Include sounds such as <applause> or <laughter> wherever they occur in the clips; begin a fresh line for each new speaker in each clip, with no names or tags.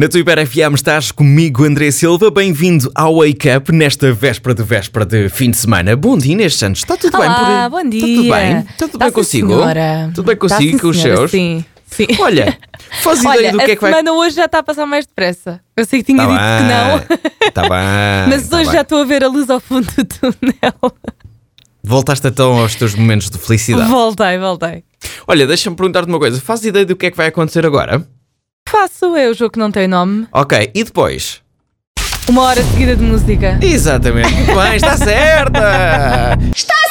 Na tua Hiper FM estás comigo, André Silva. Bem-vindo ao Wake Up nesta véspera de véspera de fim de semana. Bom dia, Inês Santos. Está tudo bem por
Olá,
aí?
bom
Está
dia.
tudo bem? Está tudo bem
Tá-se,
consigo?
senhora.
Tudo bem
Tá-se,
consigo com os
senhora,
seus?
Sim, sim.
Olha, faz ideia
<laughs> Olha,
do
a
que é que vai. Tá
semana hoje já está a passar mais depressa. Eu sei que tinha dito que não,
bem. Está bem.
<laughs> mas
tá
hoje
bem.
já estou a ver a luz ao fundo do túnel.
Voltaste então aos teus momentos de felicidade.
Voltei, voltei.
Olha, deixa-me perguntar-te uma coisa. Faz ideia do que é que vai acontecer agora?
Faço é o jogo que não tem nome.
Ok, e depois?
Uma hora seguida de música.
Exatamente. Muito bem, está certa! Está <laughs>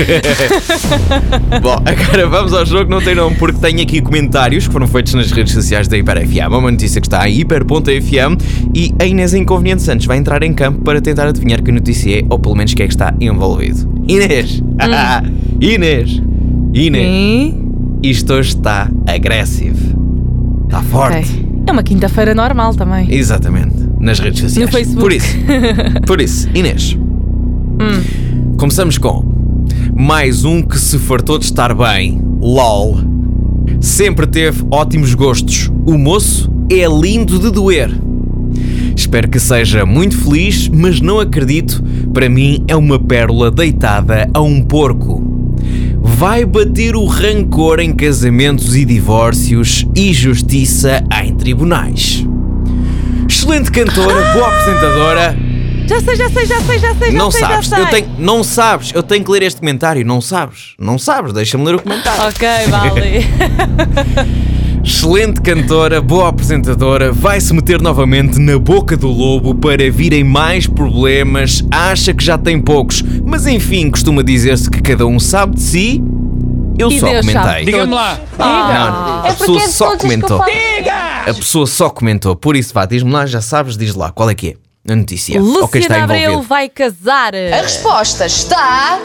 certa! Bom, agora vamos ao jogo, não tem nome, porque tenho aqui comentários que foram feitos nas redes sociais da Hiper FM, uma notícia que está em hiper.fm e a Inês Inconveniente Santos vai entrar em campo para tentar adivinhar que notícia é, ou pelo menos que é que está envolvido. Inês! <laughs> Inês! Inês!
Sim.
Isto hoje está agressivo. Está forte.
Ok. É uma quinta-feira normal também.
Exatamente, nas redes sociais.
No Facebook.
Por
<laughs>
isso, por isso, Inês.
Hum.
Começamos com mais um que se fartou de estar bem. LOL. Sempre teve ótimos gostos. O moço é lindo de doer. Espero que seja muito feliz, mas não acredito. Para mim é uma pérola deitada a um porco. Vai bater o rancor em casamentos e divórcios e justiça em tribunais. Excelente cantora, boa apresentadora.
Já sei, já sei, já sei, já sei, Ah! já
Não
sei,
sabes,
já sei.
eu tenho, não sabes, eu tenho que ler este comentário, não sabes, não sabes, deixa-me ler o comentário.
Ok,
<laughs>
vale.
Excelente cantora, boa apresentadora, vai se meter novamente na boca do lobo para virem mais problemas, acha que já tem poucos, mas enfim, costuma dizer-se que cada um sabe de si. Eu
E
só
Deus sabe
comentei.
todos.
Diga-me lá.
Ah.
Não, a pessoa só comentou. A pessoa só comentou, por isso vá, diz-me lá, já sabes, diz lá, qual é que é a notícia? ou quem está
Luciana
envolvido?
Abreu vai casar.
A resposta está.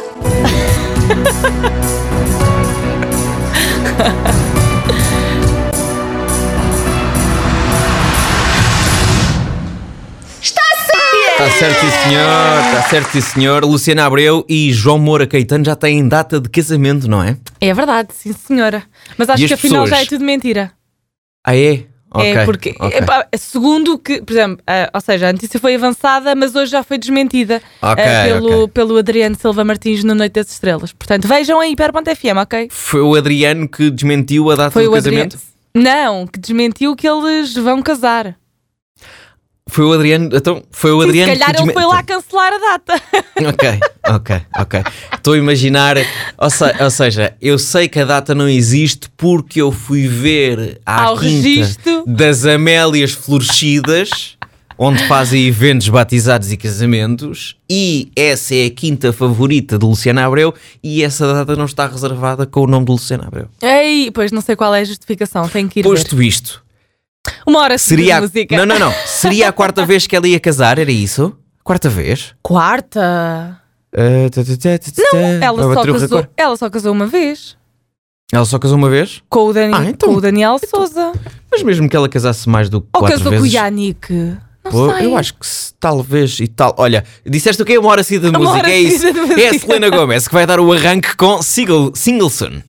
Está Tá certo, sim, senhor. Está certo, sim, senhor. Luciana Abreu e João Moura Caetano já têm data de casamento, não é?
É verdade, sim senhora. Mas
E
acho
as
que afinal já é
pessoas?
tudo mentira.
Ah, é? Ok.
é porque,
ok.
epá, segundo que, por exemplo, ah, ou seja, a notícia foi avançada, mas hoje já foi desmentida ah,
Ok,
pelo,
ok.
pelo Adriano Silva Martins no Noite das Estrelas. Portanto, vejam em hiper.fm, ok?
Foi o Adriano que desmentiu a data
Foi
do
o
um casamento?
Adriano. Não, que desmentiu que eles vão casar.
Foi o Adriano. Então, foi o
Sim,
Adriano.
se calhar
que
ele foi lá cancelar a data. <laughs>
<laughs> Ok, ok, ok. Estou a imaginar. Ou, se- ou seja, eu sei que a data não existe porque eu fui ver à
Ao
quinta
registro.
das Amélias Florescidas, onde fazem eventos batizados e casamentos, e essa é a quinta favorita de Luciana Abreu, e essa data não está reservada com o nome de Luciana Abreu.
Ei, pois não sei qual é a justificação, tenho que ir ver.
Posto isto,
Uma hora
seria.
de música.
Não, não, não. Seria a quarta vez que ela ia casar, era isso? Quarta vez?
Quarta.
Não,
Ela só, casou, ela só casou uma vez
Ela só casou uma vez?
com o, Dani,
Ah, então-
com o Daniel Souza.
Mas mesmo que ela casasse mais do que
Ou
quatro
casou
vezes,
com o Yannick. Não
pô,
sei.
eu acho que se- talvez e tal. Olha, disseste o que é uma hora seguida de
Uma
música,
hora
é isso.
seguida de
É a
música.
Selena Gomez que vai dar o arranque com Single, Singleson.